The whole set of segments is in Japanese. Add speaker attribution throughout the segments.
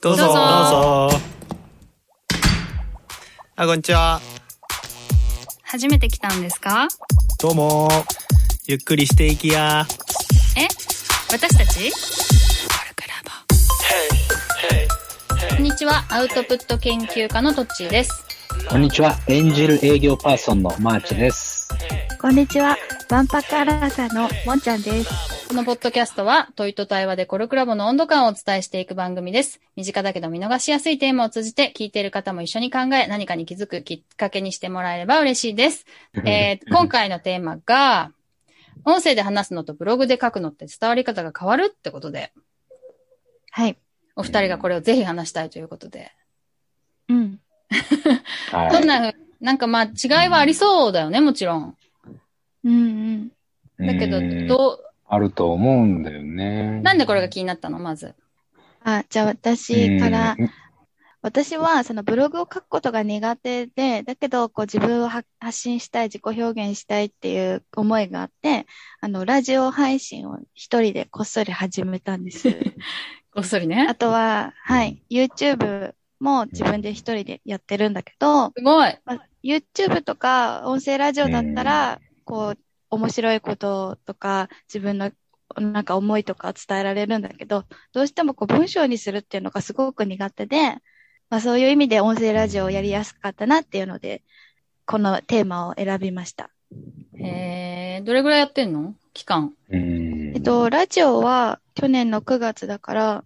Speaker 1: どうぞ
Speaker 2: どうぞ
Speaker 1: あこんにちは
Speaker 2: 初めて来たんですか
Speaker 1: どうもゆっくりしていきや
Speaker 2: え私たちこんにちは、アウトプット研究家のトッチーです。
Speaker 3: こんにちは。演じる営業パーソンのマーチです。
Speaker 4: こんにちは。万博アラサのもんちゃんです。
Speaker 2: このポッドキャストは、問いと対話でコルクラボの温度感をお伝えしていく番組です。身近だけど見逃しやすいテーマを通じて、聞いている方も一緒に考え、何かに気づくきっかけにしてもらえれば嬉しいです。えー今回のテーマが、音声で話すのとブログで書くのって伝わり方が変わるってことで、
Speaker 4: はい。
Speaker 2: お二人がこれをぜひ話したいということで。
Speaker 4: うん。
Speaker 3: はい。
Speaker 2: どんなふう、なんかまあ違いはありそうだよね、もちろん。
Speaker 4: うんうん。
Speaker 2: だけ
Speaker 3: う
Speaker 2: ど、
Speaker 3: ん
Speaker 2: ど
Speaker 3: あると思うんだよね
Speaker 2: う、。なんでこれが気になったのまず。
Speaker 4: あ、じゃあ私から、私はそのブログを書くことが苦手で、だけどこう自分をは発信したい、自己表現したいっていう思いがあって、あの、ラジオ配信を一人でこっそり始めたんです。
Speaker 2: ごっそり
Speaker 4: あ
Speaker 2: ね。
Speaker 4: とは、はい、YouTube も自分で一人でやってるんだけど、
Speaker 2: すごい。
Speaker 4: まあ、YouTube とか音声ラジオだったら、こう、面白いこととか、自分のなんか思いとか伝えられるんだけど、どうしてもこう文章にするっていうのがすごく苦手で、まあそういう意味で音声ラジオをやりやすかったなっていうので、このテーマを選びました。
Speaker 2: えー、どれぐらいやってんの期間。
Speaker 3: うん。
Speaker 4: えっと、ラジオは去年の9月だから、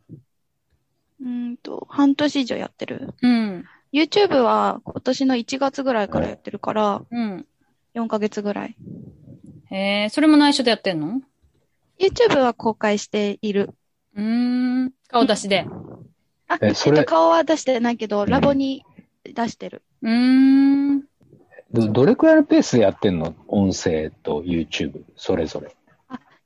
Speaker 4: うーんと、半年以上やってる。
Speaker 2: うん。
Speaker 4: YouTube は今年の1月ぐらいからやってるから、
Speaker 2: うん。
Speaker 4: 4ヶ月ぐらい。
Speaker 2: えー、それも内緒でやってんの
Speaker 4: YouTube は公開している。
Speaker 2: うーん。顔出しで。
Speaker 4: あ、
Speaker 3: え
Speaker 4: え
Speaker 3: そ
Speaker 4: っ
Speaker 3: れ
Speaker 4: と、顔は出してないけど、
Speaker 3: ん
Speaker 4: ラボに出してる。
Speaker 2: うーん。
Speaker 3: ど、どれくらいのペースでやってんの音声と YouTube、それぞれ。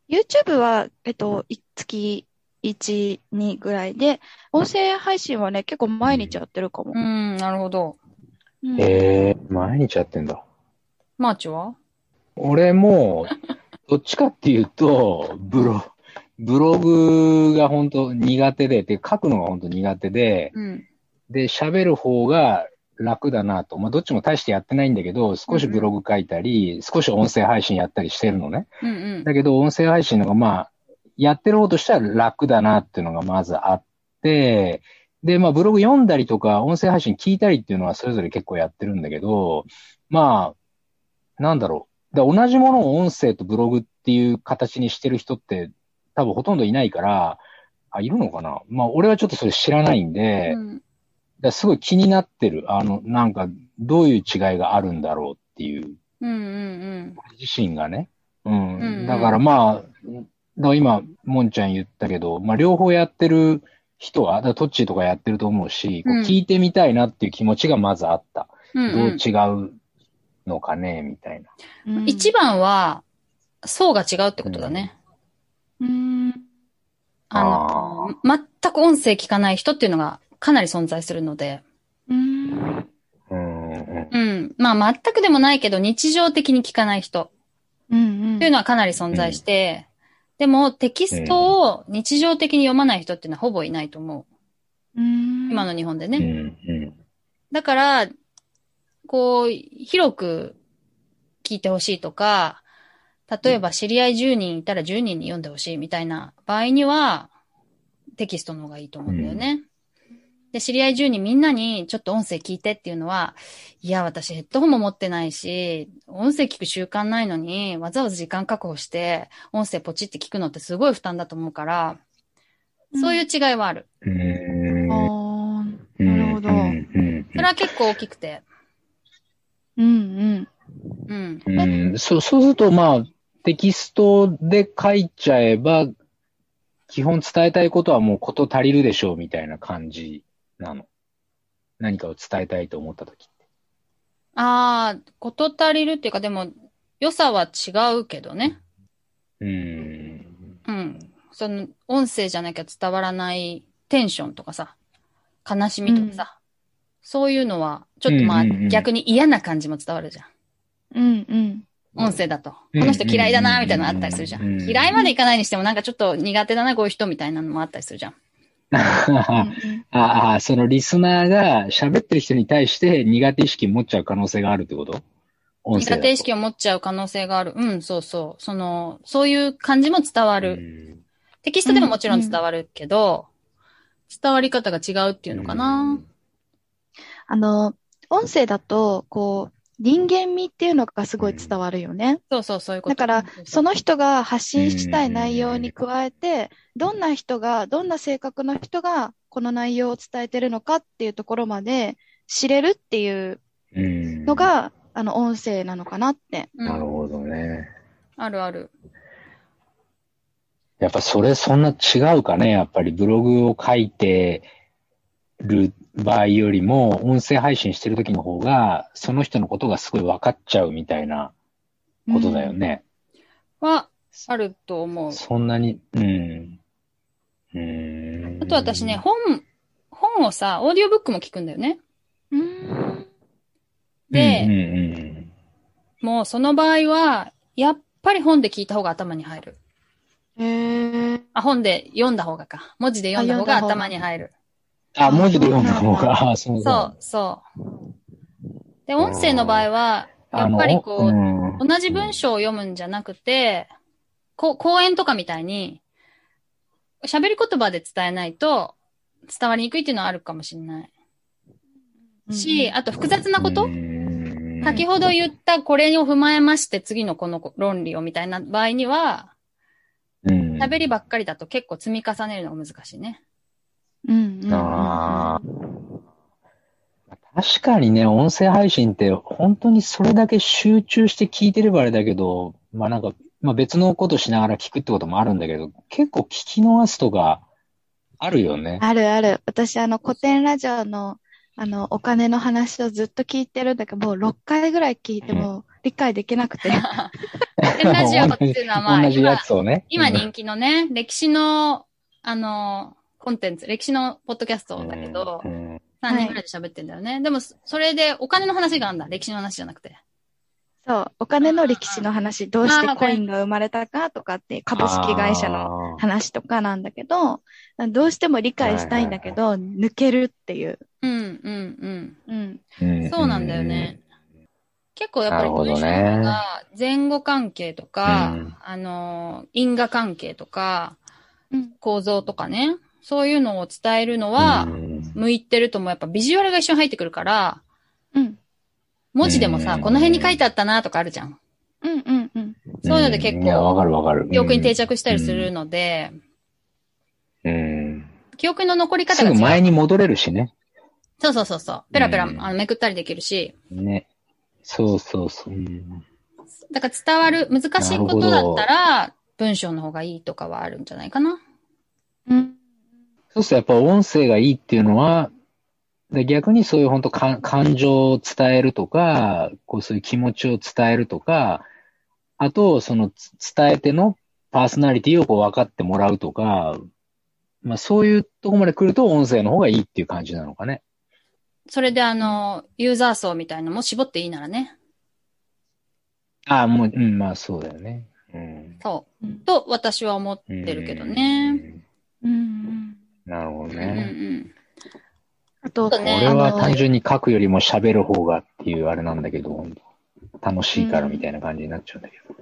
Speaker 4: YouTube は、えっと、い月1、2ぐらいで、音声配信はね、結構毎日やってるかも
Speaker 2: う。ん、なるほど。
Speaker 4: うん
Speaker 3: えー、毎日やってんだ。
Speaker 2: マーチは
Speaker 3: 俺も、どっちかっていうと、ブロ、ブログが本当苦手で、て書くのが本当苦手で、
Speaker 2: うん。
Speaker 3: で、喋る方が楽だなと。まあ、どっちも大してやってないんだけど、少しブログ書いたり、少し音声配信やったりしてるのね。
Speaker 2: うんうん。
Speaker 3: だけど、音声配信の方が、まあ、やってる方としては楽だなっていうのがまずあって、で、まあ、ブログ読んだりとか、音声配信聞いたりっていうのはそれぞれ結構やってるんだけど、まあ、なんだろう。だから同じものを音声とブログっていう形にしてる人って多分ほとんどいないから、あ、いるのかなまあ、俺はちょっとそれ知らないんで、
Speaker 2: うん
Speaker 3: だからすごい気になってる。あの、なんか、どういう違いがあるんだろうっていう、
Speaker 2: うんうん
Speaker 3: 自身がね。う
Speaker 2: う
Speaker 3: ん。
Speaker 2: んうん
Speaker 3: だからまあ、だから今、もんちゃん言ったけど、まあ、両方やってる人は、だからトッチーとかやってると思うし、こう
Speaker 2: うん
Speaker 3: 聞いてみたいなっていう気持ちがまずあった。
Speaker 2: うん。うん
Speaker 3: どう
Speaker 2: うん
Speaker 3: 違うのかね、みたいな。
Speaker 4: うん
Speaker 2: 一番は、層が違うってことだね。
Speaker 4: うん。
Speaker 2: あの、全く音声聞かない人っていうのがかなり存在するので、
Speaker 4: う
Speaker 3: う
Speaker 4: ん。
Speaker 3: ん。うん
Speaker 2: うん。まあ、全くでもないけど、日常的に聞かない人
Speaker 4: うん。
Speaker 2: っていうのはかなり存在して、でも、テキストを日常的に読まない人っていうのはほぼいないと思う。
Speaker 4: うん。
Speaker 2: 今の日本で
Speaker 3: う
Speaker 2: ね。
Speaker 3: ん。うん。
Speaker 2: だから、こう、広く聞いてほしいとか、例えば知り合い10人いたら10人に読んでほしいみたいな場合には、テキストの方がいいと思うんだよね。で、知り合い10人みんなにちょっと音声聞いてっていうのは、いや、私ヘッドホンも持ってないし、音声聞く習慣ないのに、わざわざ時間確保して、音声ポチって聞くのってすごい負担だと思うから、そういう違いはある。
Speaker 3: うん。
Speaker 4: あー
Speaker 3: うん
Speaker 4: なるほど
Speaker 3: うんうん
Speaker 2: それは結構大きくて。
Speaker 4: うんうん。
Speaker 2: うん。
Speaker 3: うん、そう、そうすると、まあ、テキストで書いちゃえば、基本伝えたいことはもうこと足りるでしょうみたいな感じなの。何かを伝えたいと思ったとき。
Speaker 2: ああ、事足りるっていうか、でも、良さは違うけどね。
Speaker 3: うん。
Speaker 2: うん。その、音声じゃなきゃ伝わらないテンションとかさ、悲しみとかさ、そういうのは、ちょっとまあ、
Speaker 3: うんうんうん
Speaker 2: 逆に嫌な感じも伝わるじゃん。
Speaker 4: うんうん。
Speaker 2: 音声だと。こ
Speaker 3: うん
Speaker 2: の人嫌いだな、みたいなのあったりするじゃ
Speaker 3: うんうん
Speaker 2: ん。
Speaker 3: うん
Speaker 2: 嫌いまでいかないにしても、なんかちょっと苦手だな、こういう人みたいなのもあったりするじゃん。
Speaker 4: うんうん
Speaker 3: ああ、そのリスナーが喋ってる人に対して苦手意識持っちゃう可能性があるってこと音声
Speaker 2: 苦
Speaker 3: だと
Speaker 2: 手意識を持っちゃう可能性がある。うん、そうそう。その、そういう感じも伝わる。
Speaker 3: うん
Speaker 2: テキストでももちろん伝わるけど、伝わり方が違うっていうのかな。
Speaker 4: あの、音声だと、こう、人間味っていうのがすごい伝わるよね。
Speaker 2: そうそう、そういうこと。
Speaker 4: だから、そ
Speaker 2: の、
Speaker 4: の人が発信したい内容に加えて、どんな人が、どんな性格の人が、この内容を伝えてるのかっていうところまで知れるっていう
Speaker 3: うん。
Speaker 4: のが、あの、音声なのかなって。
Speaker 2: うん
Speaker 3: なるほどね。
Speaker 2: あるある。
Speaker 3: やっぱそれそんな違うかねやっぱりブログを書いてる場合よりも、音声配信してる時の方が、その人のことがすごい分かっちゃうみたいなことだよね。
Speaker 2: は、あると思う。
Speaker 3: そんなに、うん。うん。
Speaker 2: あと私ね、本、本をさ、オーディオブックも聞くんだよね。
Speaker 4: うん。うん。
Speaker 2: で、
Speaker 3: うんうんうん
Speaker 2: もうその場合は、やっぱり本で聞いた方が頭に入る。
Speaker 4: へえ。
Speaker 2: あ、本で読んだ方がか。文字で読んだ方が
Speaker 4: あ読んだ方が
Speaker 2: 頭に入る。
Speaker 3: あ、文字で読んだ方が、あそ
Speaker 2: そ、
Speaker 3: うそう
Speaker 2: そう。で、音声の場合は、
Speaker 3: う。
Speaker 2: やっぱりこう、
Speaker 3: う
Speaker 2: 同じ文章を読むんじゃなくて、こう、講演とかみたいに、喋り言葉で伝えないと伝わりにくいっていうのはあるかもしれない。し、あと複雑なこと、
Speaker 3: うん
Speaker 2: 先ほど言ったこれを踏まえまして次のこの論理をみたいな場合には、
Speaker 3: うん
Speaker 2: 喋りばっかりだと結構積み重ねるのが難しい ね。
Speaker 4: うんうんうん
Speaker 3: あ確かにね、音声配信って本当にそれだけ集中して聞いてればあれだけど、まあなんか、まあ別のことしながら聞くってこともあるんだけど、結構聞き逃すとかあるよね。
Speaker 4: あるある。私、あの、古典ラジオの、あの、お金の話をずっと聞いてるんだけど、もう6回ぐらい聞いても理解でき なくて。
Speaker 2: でラジオっていうのはまあ、
Speaker 3: 同じや
Speaker 2: 今、
Speaker 3: つをね。
Speaker 2: 今人気のね、歴史の、あの、コンテンツ、歴史のポッドキャストだけど、
Speaker 3: うんうん
Speaker 2: 3人ぐらいで喋ってんだよね。でも、そそれでお金の話があるんだ。歴史の話じゃなくて。
Speaker 4: そう、お金の歴史の話、どうしてコインが生まれたかとかって、株式会社
Speaker 3: あ
Speaker 4: の
Speaker 3: ー
Speaker 4: 話とかなんだけど、どうしても理解したいんだけど、抜けるっていう。
Speaker 2: うん、うん、
Speaker 4: うん。
Speaker 2: うん。そうなんだよね。。結構やっぱり文章と
Speaker 3: なるほどね
Speaker 2: か、前後関係とか、
Speaker 3: うん
Speaker 2: あの、因果関係とか、
Speaker 4: うん
Speaker 2: 構造とかね、そういうのを伝えるの
Speaker 3: うん
Speaker 2: は
Speaker 3: う、ん
Speaker 2: 向いてるともやっぱビジュアルが一緒に入ってくるから、
Speaker 4: うん。
Speaker 2: 文字でもさ、
Speaker 3: うん
Speaker 2: この辺に書いてあったなとかあるじゃん。
Speaker 4: うん。うん。うん。
Speaker 2: そういうので結構
Speaker 3: いや、わかるわかる。
Speaker 2: 記憶に定着したりするので、
Speaker 3: うん。
Speaker 2: 記憶の残り方
Speaker 3: す
Speaker 2: が
Speaker 3: ぐ
Speaker 2: 違う。
Speaker 3: 前に戻れるしね。
Speaker 2: そうそうそうそう。ペラペラ、
Speaker 3: うん
Speaker 2: あのめくったりできるし、
Speaker 3: ね。そうそうそう。うん
Speaker 2: だから伝わる、難しいこと
Speaker 3: な
Speaker 2: だ
Speaker 3: るほ
Speaker 2: っ
Speaker 3: ど
Speaker 2: たら、文章の方がいいとかはあるんじゃないかな。
Speaker 4: うん。
Speaker 3: そうするとやっぱ音声がいいっていうのは、で逆にそういう本当か感情を伝えるとか、こうそういう気持ちを伝えるとか、あとそのつ伝えてのパーソナリティをこう分かってもらうとか、まあそういうとこまで来ると音声の方がいいっていう感じなのかね。
Speaker 2: それであの、ユーザー層みたいのも絞っていいならね。
Speaker 3: ああ、もう、うん、まあそうだよね。うん。
Speaker 2: そう
Speaker 4: うん。
Speaker 2: と、私は思ってるけどね。
Speaker 4: うん。
Speaker 3: なるほ
Speaker 2: う
Speaker 3: ど
Speaker 2: んう
Speaker 3: ね。
Speaker 2: ん。
Speaker 4: あと、
Speaker 2: ちょっとね
Speaker 3: 俺は
Speaker 4: あの
Speaker 3: 単純に書くよりも喋る方がっていうあれなんだけど、楽しいからみたいな感じになっちゃうんだけど。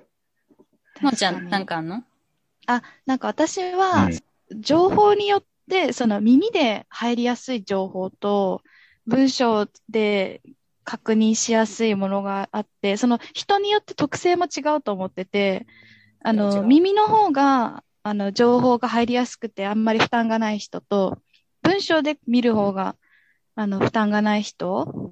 Speaker 2: もーちゃん、
Speaker 4: 確
Speaker 2: な
Speaker 4: かに
Speaker 2: んかあんの
Speaker 4: なんか私は、情報によって、その耳で入りやすい情報と、文章で確認しやすいものがあって、その人によって特性も違うと思ってて、あ
Speaker 2: 違
Speaker 4: の、
Speaker 2: う
Speaker 4: 耳の方が、あの、情報が入りやすくてあんまり負担がない人と、文章で見る方が、あの、負担がない人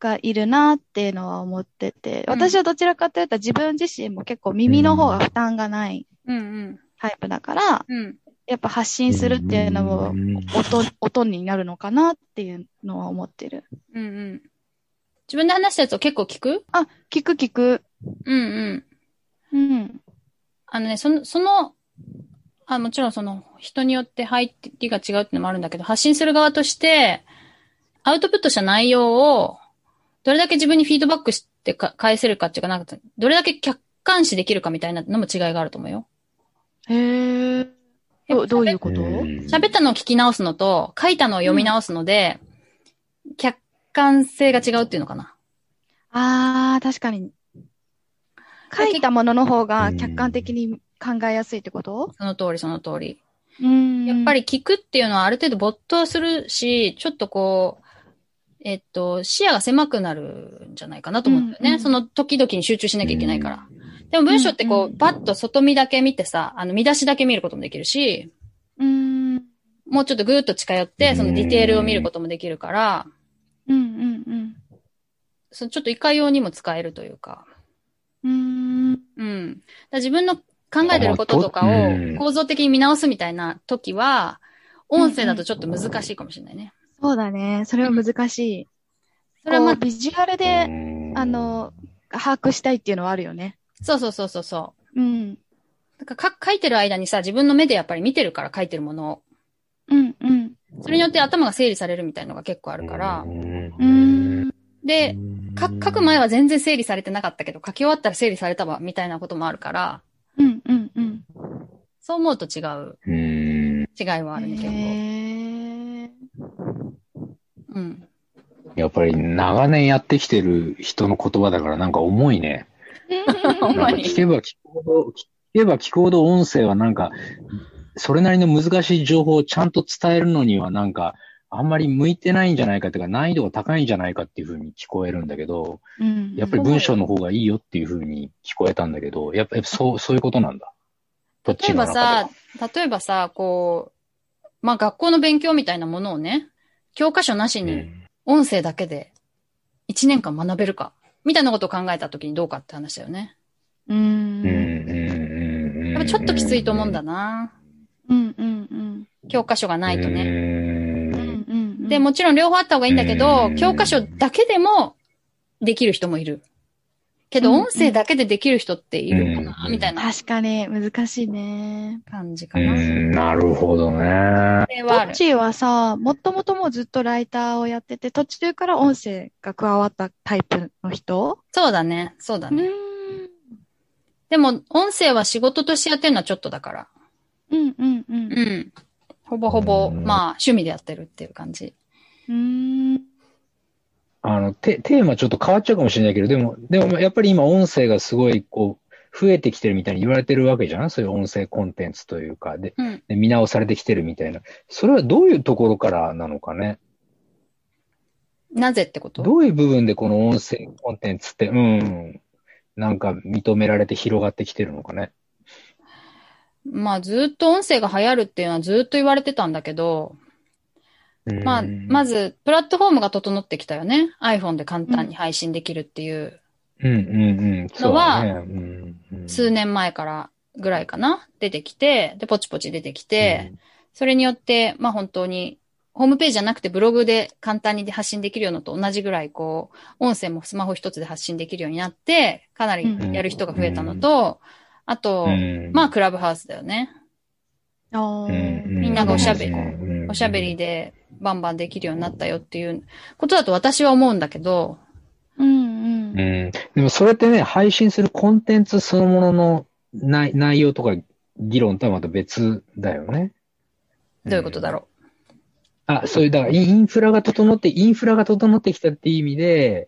Speaker 4: がいるなっていうのは思ってて、
Speaker 2: うん
Speaker 4: 私はどちらかというと自分自身も結構耳の方が負担がない
Speaker 2: うんうん。
Speaker 4: タイプだから、
Speaker 2: うん。
Speaker 4: やっぱ発信するっていうのも
Speaker 3: うん
Speaker 4: 音、音になるのかなっていうのは思ってる。
Speaker 2: うんうん。自分で話したやつを結構聞く
Speaker 4: あ、聞く聞く。
Speaker 2: うんうん。
Speaker 4: うん。
Speaker 2: あのね、その、その、あ、もちろんその、人によって入りが違うってのもあるんだけど、発信する側として、アウトプットした内容を、どれだけ自分にフィードバックしてか返せるかっていうか、なんか、どれだけ客観視できるかみたいなのも違いがあると思うよ。
Speaker 4: へえ。どどういうこと
Speaker 3: うん
Speaker 2: 喋ったのを聞き直すのと、書いたのを読み直すので、客観性が違うっていうのかな。
Speaker 4: ああ、確かに。書いたものの方が客観的に考えやすいってこと
Speaker 2: その通り、その通り。
Speaker 4: うん
Speaker 2: やっぱり聞くっていうのはある程度没頭するし、ちょっとこう、えっと、視野が狭くなるんじゃないかなと思うんだよね。
Speaker 4: うんうん
Speaker 2: その時々に集中しなきゃいけないから。でも文章ってこ
Speaker 4: うんう
Speaker 2: う、
Speaker 4: ん
Speaker 2: バッと外見だけ見てさ、あの見出しだけ見ることもできるし、
Speaker 4: うん。うん
Speaker 2: もうちょっとぐーっと近寄って、そのディテールを見ることもできるから、
Speaker 4: うんうん。
Speaker 2: そのちょっといかようにも使えるというか。
Speaker 4: うん。
Speaker 2: うん。だから自分の考えてることとか
Speaker 3: あ
Speaker 2: を
Speaker 3: ーと
Speaker 2: 構造的に見直すみたいな時は、音声だとちょっと難しいかもしれないね。
Speaker 4: そうだね。それは難しい。
Speaker 2: それはまあ
Speaker 4: こうビジュアルで、
Speaker 3: うん
Speaker 4: あの、把握したいっていうのはあるよね。
Speaker 2: そうそうそうそうそう。
Speaker 4: うん。
Speaker 2: なんかか書いてる間にさ、自分の目でやっぱり見てるから書いてるものを。
Speaker 4: うんうん。
Speaker 2: それによって頭が整理されるみたいのが結構あるから
Speaker 3: う。ん
Speaker 4: うん。
Speaker 2: で、か書く前は全然整理されてなかったけど、書き終わったら整理されたわ、みたいなこともあるから、
Speaker 4: うんうんうん。
Speaker 2: そう思うと違う、
Speaker 3: うん
Speaker 2: 違いはあるね、結
Speaker 4: へー
Speaker 2: 構。うん。
Speaker 3: やっぱり長年やってきてる人の言葉だからなんか重いね。
Speaker 2: ほんまに
Speaker 3: 聞けば聞くほど、聞けば聞くほど音声はなんか、それなりの難しい情報をちゃんと伝えるのにはなんか、あんまり向いてないんじゃないかっていうか、難易度が高いんじゃないかっていうふうに聞こえるんだけど、
Speaker 4: うん
Speaker 3: やっぱり文章の方がいいよっていうふうに聞こえたんだけど、やっぱやっぱそう、そういうことなんだ。どっ
Speaker 2: 例
Speaker 3: ち
Speaker 2: え
Speaker 3: の
Speaker 2: ば
Speaker 3: 中では
Speaker 2: さ、、例えばさ、こう、まあ学校の勉強みたいなものをね、教科書なし
Speaker 3: う
Speaker 2: に
Speaker 3: ん
Speaker 2: 音声だけで1年間学べるか、みたいなことを考えた時にどうかって話だよね。
Speaker 4: う
Speaker 3: うんう
Speaker 4: ん。
Speaker 3: んうん
Speaker 2: やっぱちょっときついと思うんだな。
Speaker 4: うんうんうん。
Speaker 2: 教科書がないとね。
Speaker 3: ね
Speaker 4: うんうんうん。
Speaker 2: で、もちろん両方あった方がいいんだけ
Speaker 3: う
Speaker 2: ど
Speaker 3: ん、
Speaker 2: 教科書だけでもできる人もいる。けど、
Speaker 4: うん
Speaker 2: 音声だけでできる人っているかな、
Speaker 3: うん
Speaker 2: みたいな
Speaker 4: 確かに難しいね。
Speaker 2: 感じか
Speaker 3: う
Speaker 2: な。
Speaker 3: ん、なるほどね。
Speaker 2: それ
Speaker 4: ト
Speaker 2: はあ
Speaker 4: ッ
Speaker 2: る。
Speaker 4: チーはさ、もともともうずっとライターをやってて、途中から音声が加わったタイプの人
Speaker 2: そうだね。そうだ
Speaker 4: う
Speaker 2: ね。
Speaker 4: ん。
Speaker 2: でも、音声は仕事としてやってるのはちょっとだから。
Speaker 4: うんうんうん。
Speaker 2: うん。ほぼほぼ、
Speaker 3: うん
Speaker 2: まあ、趣味でやってるっていう感じ。
Speaker 4: うーん。
Speaker 3: あの、テ、テーマちょっと変わっちゃうかもしれないけど、でも、でもやっぱり今音声がすごいこう、増えてきてるみたいに言われてるわけじゃんそういう音声コンテンツというか、で、
Speaker 2: うん。
Speaker 3: で見直されてきてるみたいな。それはどういうところからなのかね
Speaker 2: なぜってこと
Speaker 3: どういう部分でこの音声コンテンツって、うん、なんか認められて広がってきてるのかね
Speaker 2: まあ、ずっと音声が流行るっていうのはずっと言われてたんだけど、まあ、ま
Speaker 3: ず、
Speaker 2: ず、プラットフォームが整ってきたよね。iPhone で簡単に配信できるっていう。
Speaker 3: うんうんうん、そうだね。うん
Speaker 2: 数年前からぐらいかな出てきて、で、ポチポチ出てきて、、それによって、まあ本当に、ホームページじゃなくてブログで簡単に発信できるようなのと同じぐらい、こう、音声もスマホ一つで発信できるようになって、かなりやる人が増えたのと、あと、
Speaker 3: うん
Speaker 2: まあ、クラブハウスだよね。
Speaker 4: あ
Speaker 3: うん
Speaker 4: ー
Speaker 2: みんながおしゃべり
Speaker 3: り
Speaker 2: おしゃべりでバンバンできるようになったよっていうことだと私は思うんだけど、
Speaker 4: うんうん。
Speaker 3: うん。でもそれってね、配信するコンテンツそのものの内内容とか議論とはまた別だよね。
Speaker 2: どういうことだろ。
Speaker 3: ろうん、あ、そういう、だからインインフラが整って、インフラが整ってきたっていう意味で、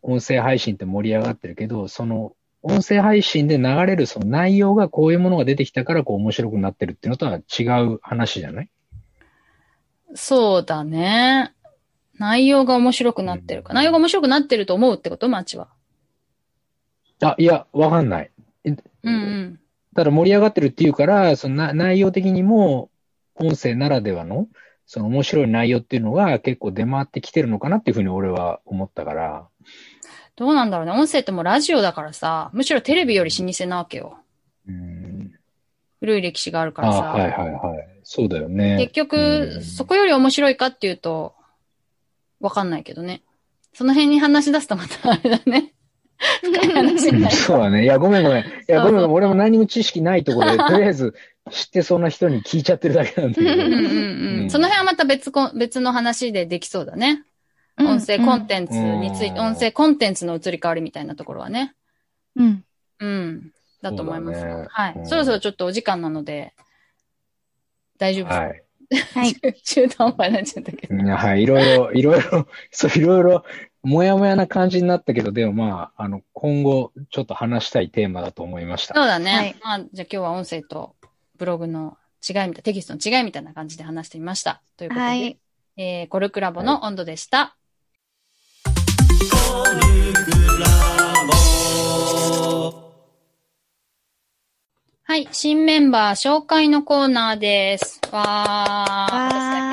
Speaker 3: 音声配信って盛り上がってるけど、その、音声配信で流れるその内容がこういうものが出てきたからこう面白くなってるっていうのとは違う話じゃないう
Speaker 2: そうだね。内容が面白くなってるか。内容が面白くなってると思うってことマーチは。
Speaker 3: あ、いや、わかんない。
Speaker 2: うんうん。
Speaker 3: ただ盛り上がってるっていうから、そのな内容的にも、音声ならではの、その面白い内容っていうのが結構出回ってきてるのかなっていうふうに俺は思ったから。
Speaker 2: どうなんだろうね。音声ってもうラジオだからさ、むしろテレビより老舗なわけよ。
Speaker 3: うん。
Speaker 2: 古い歴史があるから
Speaker 3: あ
Speaker 2: さ。
Speaker 3: はいはいはい。そうだよね。
Speaker 2: 結
Speaker 3: う
Speaker 2: 局、
Speaker 3: ん
Speaker 2: そこより面白いかっていうと、わかんないけどね。その辺に話し出すとまたあれだね。深い話になる。
Speaker 3: そうだね。いや、ごめんごめん。い
Speaker 2: そ
Speaker 3: や、
Speaker 2: う
Speaker 3: ごめんごめん。俺も何も知識ないところで、とりあえず知ってそうな人に聞いちゃってるだけなんだけ
Speaker 2: うんうん
Speaker 3: ど。
Speaker 2: う。
Speaker 3: うんん
Speaker 2: その辺はまた別こ、別の話でできそうだね。
Speaker 4: うん
Speaker 2: 音声コンテンツについて、
Speaker 3: うん
Speaker 2: 音声コンテンツの移り変わりみたいなところはね。
Speaker 4: うん。
Speaker 2: うん。だと思います。
Speaker 3: そうだね
Speaker 2: はい、
Speaker 3: うん
Speaker 2: そろそろちょっとお時間なので、大丈夫
Speaker 3: はい。
Speaker 4: はい。
Speaker 2: です。 中途半端になっちゃったけど。
Speaker 3: うんはい、いろいろ、いろいろ、 そう、いろいろ、もやもやな感じになったけど、でもまあ、あの、今後、ちょっと話したいテーマだと思いまし
Speaker 2: そう
Speaker 3: た。
Speaker 2: だね。
Speaker 4: はい
Speaker 2: まあ、じゃあ今日は音声とブログの違いみたい、テキストの違いみたいな感じで話してみました。ということで、
Speaker 4: はい。
Speaker 2: えー、コルクラボの温度でした。はい。新メンバー紹介のコーナーです。わー。
Speaker 4: わ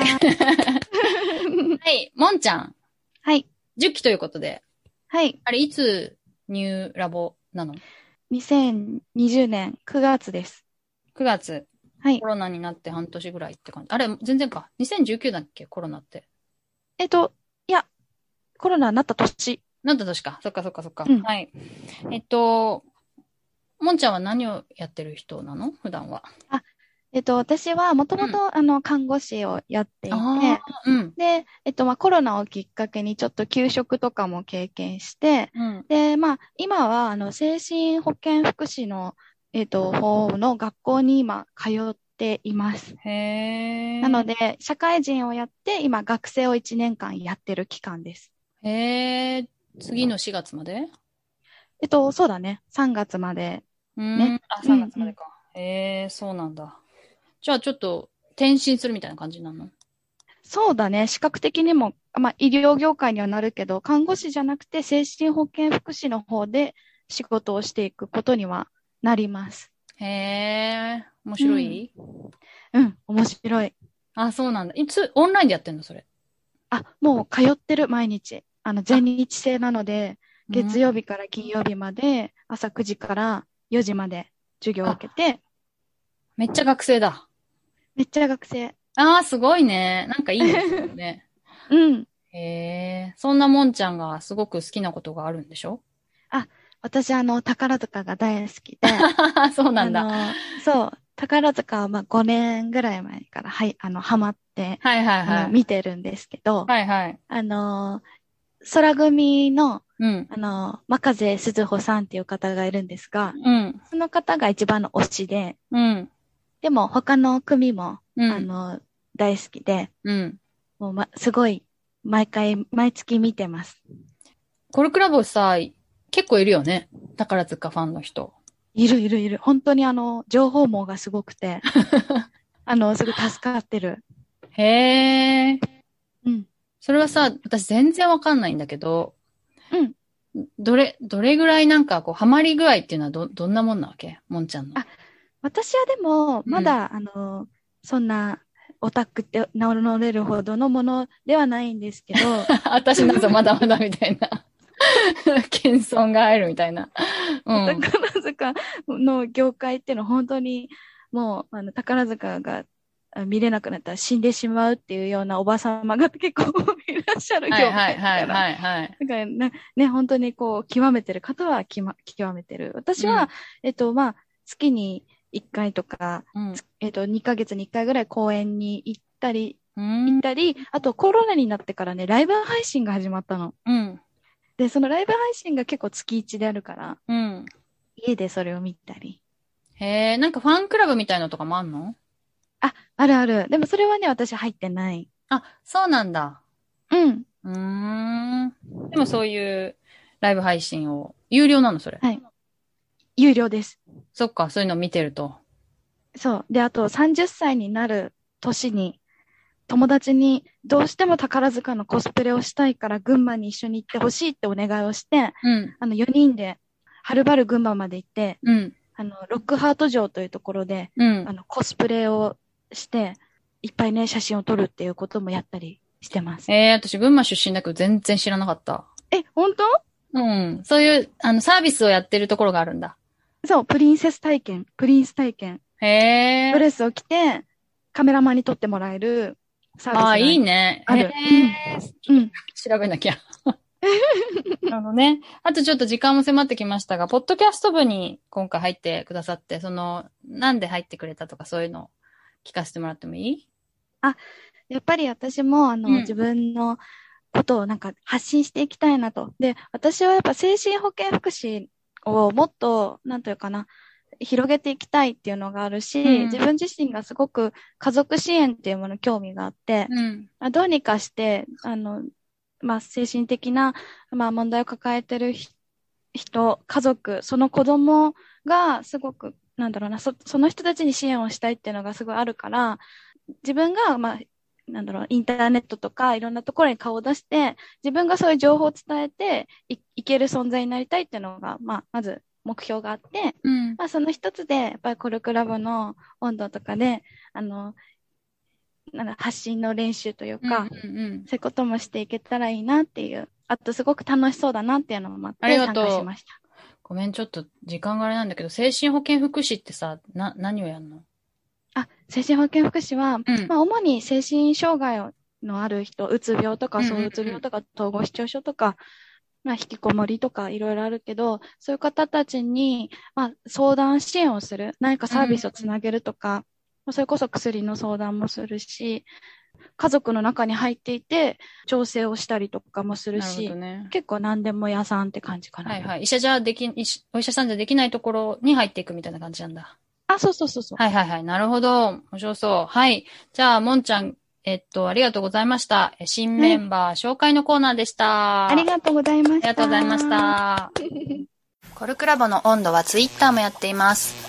Speaker 2: は
Speaker 4: ー
Speaker 2: い。もんちゃん。
Speaker 4: はい。
Speaker 2: 10期ということで。
Speaker 4: はい。
Speaker 2: あれ、いつニューラボなの
Speaker 4: 2020年9月です。
Speaker 2: ?9 月。
Speaker 4: はい
Speaker 2: コ。ロナになって半年ぐらいって感じ。あれ、全然か。2019だっけコロナって。
Speaker 4: えっと、いや、コロナになった年。
Speaker 2: なんだ年か。そっかそっかそっか。
Speaker 4: うん
Speaker 2: はい。えっと、もんちゃんは何をやってる人なの普段は。
Speaker 4: えっと、私はもともと、あの、看護師をやっていて、
Speaker 2: あーうん。
Speaker 4: で、えっと、まあ、コロナをきっかけにちょっと休職とかも経験して、
Speaker 2: うん。
Speaker 4: で、まあ、今は、あの、精神保健福祉の、えっと、方の学校に今、通っています。
Speaker 2: へー。
Speaker 4: なの。で、社会人をやって、今、学生を1年間やってる期間です。
Speaker 2: へー。次の4月まで
Speaker 4: えっと、そうだね。3月まで。
Speaker 2: うん。
Speaker 4: ね
Speaker 2: あ、3月までか。へー、そうなんだ。じゃあちょっと、転身するみたいな感じになるの
Speaker 4: そうだね。視覚的にも、まあ、医療業界にはなるけど、看護師じゃなくて、精神保健福祉の方で仕事をしていくことにはなります。
Speaker 2: へー。面白い、
Speaker 4: うん、面白い。
Speaker 2: あ、そうなんだ。いつ、オンラインでやってんのそれ。
Speaker 4: あ、もう通ってる、毎日。あの、全日制なので、月曜日から金曜日まで、朝9時から4時まで授業を受けて、
Speaker 2: めっちゃ学生だ。
Speaker 4: めっちゃ学生。
Speaker 2: あー、すごいね。なんかいいですよね。
Speaker 4: うん。
Speaker 2: へえ、そんなもんちゃんがすごく好きなことがあるんでしょ
Speaker 4: 私、あの、宝塚が大好きで、
Speaker 2: そうなんだ。
Speaker 4: あの、そう、宝塚はまあ5年ぐらい前から、はい、あの、ハマって、
Speaker 2: はいはい
Speaker 4: あの、
Speaker 2: はい。
Speaker 4: 見てるんですけど、
Speaker 2: はいはい。
Speaker 4: あの、空組の、
Speaker 2: うん。
Speaker 4: あの、真風鈴穂さんっていう方がいるんですが、
Speaker 2: うん。
Speaker 4: その方が一番の推しで、
Speaker 2: うん。
Speaker 4: でも他の組も、
Speaker 2: う
Speaker 4: あ
Speaker 2: ん。
Speaker 4: の、大好きで、
Speaker 2: うん。
Speaker 4: もう、ま、すごい、毎回、毎月見てます。
Speaker 2: コルクラボさ、結構いるよね。宝塚ファンの人。
Speaker 4: いるいるいる。本当にあの、情報網がすごく て、あの、すごい助かってる。
Speaker 2: へえ。
Speaker 4: うん。
Speaker 2: それはさ、私全然わかんないんだけど、
Speaker 4: うん。
Speaker 2: どれ、どれぐらいなんかこう、ハマり具合っていうのはど、どんなもんなわけもんちゃん の。
Speaker 4: あ私はでも、まだ、あの、そんな、オタクって名乗れるほどのものではないんですけど、
Speaker 2: 私なんぞ まだまだみたいな。謙遜が入るみたいな。うん。
Speaker 4: 宝塚の業界っていうのは本当に、もう、あの、宝塚があ見れなくなったら死んでしまうっていうようなおばさまが結構いらっしゃる業
Speaker 2: は
Speaker 4: 界
Speaker 2: い
Speaker 4: だから。
Speaker 2: はいはいはいはい。
Speaker 4: だからなね、本当にこう、極めてる方はきま極めてる。私は、
Speaker 2: うん
Speaker 4: えっと、まあ、月に1回とか、
Speaker 2: うん
Speaker 4: つえっと、2ヶ月に1回ぐらい公演に行ったり、
Speaker 2: うん
Speaker 4: 行ったり、あとコロナになってからね、ライブ配信が始まったの。
Speaker 2: うん。
Speaker 4: で、そのライブ配信が結構月1であるから、
Speaker 2: うん。
Speaker 4: 家でそれを見たり。
Speaker 2: へえ、なんかファンクラブみたいのとかもあんの
Speaker 4: あ、あるある。でもそれはね、私入ってない。
Speaker 2: あ、そうなんだ。
Speaker 4: うん。
Speaker 2: うーん。でもそういうライブ配信を、有料なのそれ。
Speaker 4: 有料です。
Speaker 2: そっか、そういうの見てると。
Speaker 4: そう。で、あと30歳になる年に、友達にどうしても宝塚のコスプレをしたいから群馬に一緒に行ってほしいってお願いをして、
Speaker 2: うん。
Speaker 4: あの4人で、はるばる群馬まで行って、
Speaker 2: うん。
Speaker 4: あの、ロックハート城というところで、
Speaker 2: う
Speaker 4: あ
Speaker 2: ん。
Speaker 4: の、コスプレをして、いっぱいね、写真を撮るっていうこともやったりしてます。
Speaker 2: えー、私群馬出身だけど全然知らなかった。
Speaker 4: え、本当
Speaker 2: うん。そういう、あの、サービスをやってるところがあるんだ。
Speaker 4: そう、プリンセス体験、プリンス体験。
Speaker 2: へえ
Speaker 4: ド。レスを着て、カメラマンに撮ってもらえるサービ
Speaker 2: あ
Speaker 4: スが
Speaker 2: あ、
Speaker 4: ある
Speaker 2: いいね。
Speaker 4: ある
Speaker 2: へー
Speaker 4: うん。
Speaker 2: 調べなきゃ。あのね。あとちょっと時間も迫ってきましたが、ポッドキャスト部に今回入ってくださって、その、なんで入ってくれたとかそういうのを聞かせてもらってもいい
Speaker 4: やっぱり私も、あの、
Speaker 2: うん
Speaker 4: 自分のことをなんか発信していきたいなと。で、私はやっぱ精神保健福祉をもっと、なんというかな、広げていきたいっていうのがあるし、
Speaker 2: うん
Speaker 4: 自分自身がすごく家族支援っていうものに興味があって、
Speaker 2: うん。
Speaker 4: まあどうにかして、あの、まあ、精神的な、まあ、問題を抱えてるひ人、家族、その子供がすごく、なんだろうな、そ、その人たちに支援をしたいっていうのがすごいあるから、自分が、まあ、なんだろう、インターネットとかいろんなところに顔を出して、自分がそういう情報を伝えていいける存在になりたいっていうのが、まあ、まず目標があって、
Speaker 2: うん。
Speaker 4: まあ、その一つで、やっぱりコルクラボの温度とかで、あの、なんだ発信の練習というか、
Speaker 2: うんうんうん。
Speaker 4: そういうこともしていけたらいいなっていう、あとすごく楽しそうだなっていうのもあっ
Speaker 2: あり
Speaker 4: て
Speaker 2: が
Speaker 4: 参
Speaker 2: とう
Speaker 4: 加しました。
Speaker 2: ごめん、ちょっと時間があれなんだけど、精神保健福祉ってさ、な、何をやるの
Speaker 4: あ、精神保健福祉は、
Speaker 2: うん
Speaker 4: まあ、主に精神障害のある人、うつ病と
Speaker 2: うん
Speaker 4: か、
Speaker 2: うんうん
Speaker 4: そううつ病とか、統合失調症とか、まあ、引きこもりとか、いろいろあるけど、そういう方たちに、まあ、相談支援をする、何かサービスをつなげるとか、まあそれこそ薬の相談もするし、家族の中に入っていて、調整をしたりとかもする
Speaker 2: なるほ
Speaker 4: し
Speaker 2: ど、ね。
Speaker 4: 結構何でも屋さんって感じかな。
Speaker 2: はいはい。医者じゃできん、医師お医者さんじゃできないところに入っていくみたいな感じなんだ。
Speaker 4: あ、そうそうそうそう。
Speaker 2: はいはいはい。なるほど。面白そう。はい。じゃあ、もんちゃん、えっと、ありがとうございました。え新メンバー紹介のコーナーでした。
Speaker 4: ありがとうございました。
Speaker 2: ありがとうございま した。コルクラボの温度はツイッターもやっています。